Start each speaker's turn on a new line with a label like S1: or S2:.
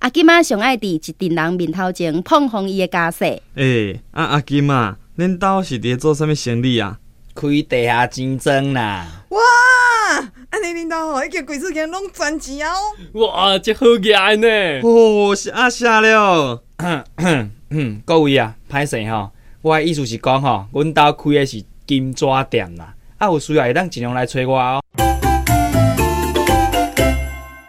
S1: 啊仔上爱伫一群人面头前碰红伊的家世。
S2: 诶、啊阿金啊，恁兜是伫咧做啥物生意啊？
S3: 开地下钱庄啦。
S4: 哇，安尼恁兜吼，迄个鬼子间拢赚钱啊哦！
S5: 哇，这好牙呢！
S2: 哦，是阿写了。
S3: 嗯，各位啊，歹势吼，我的意思是讲吼，阮兜开的是金纸店啦，啊有需要会当尽量来找我哦。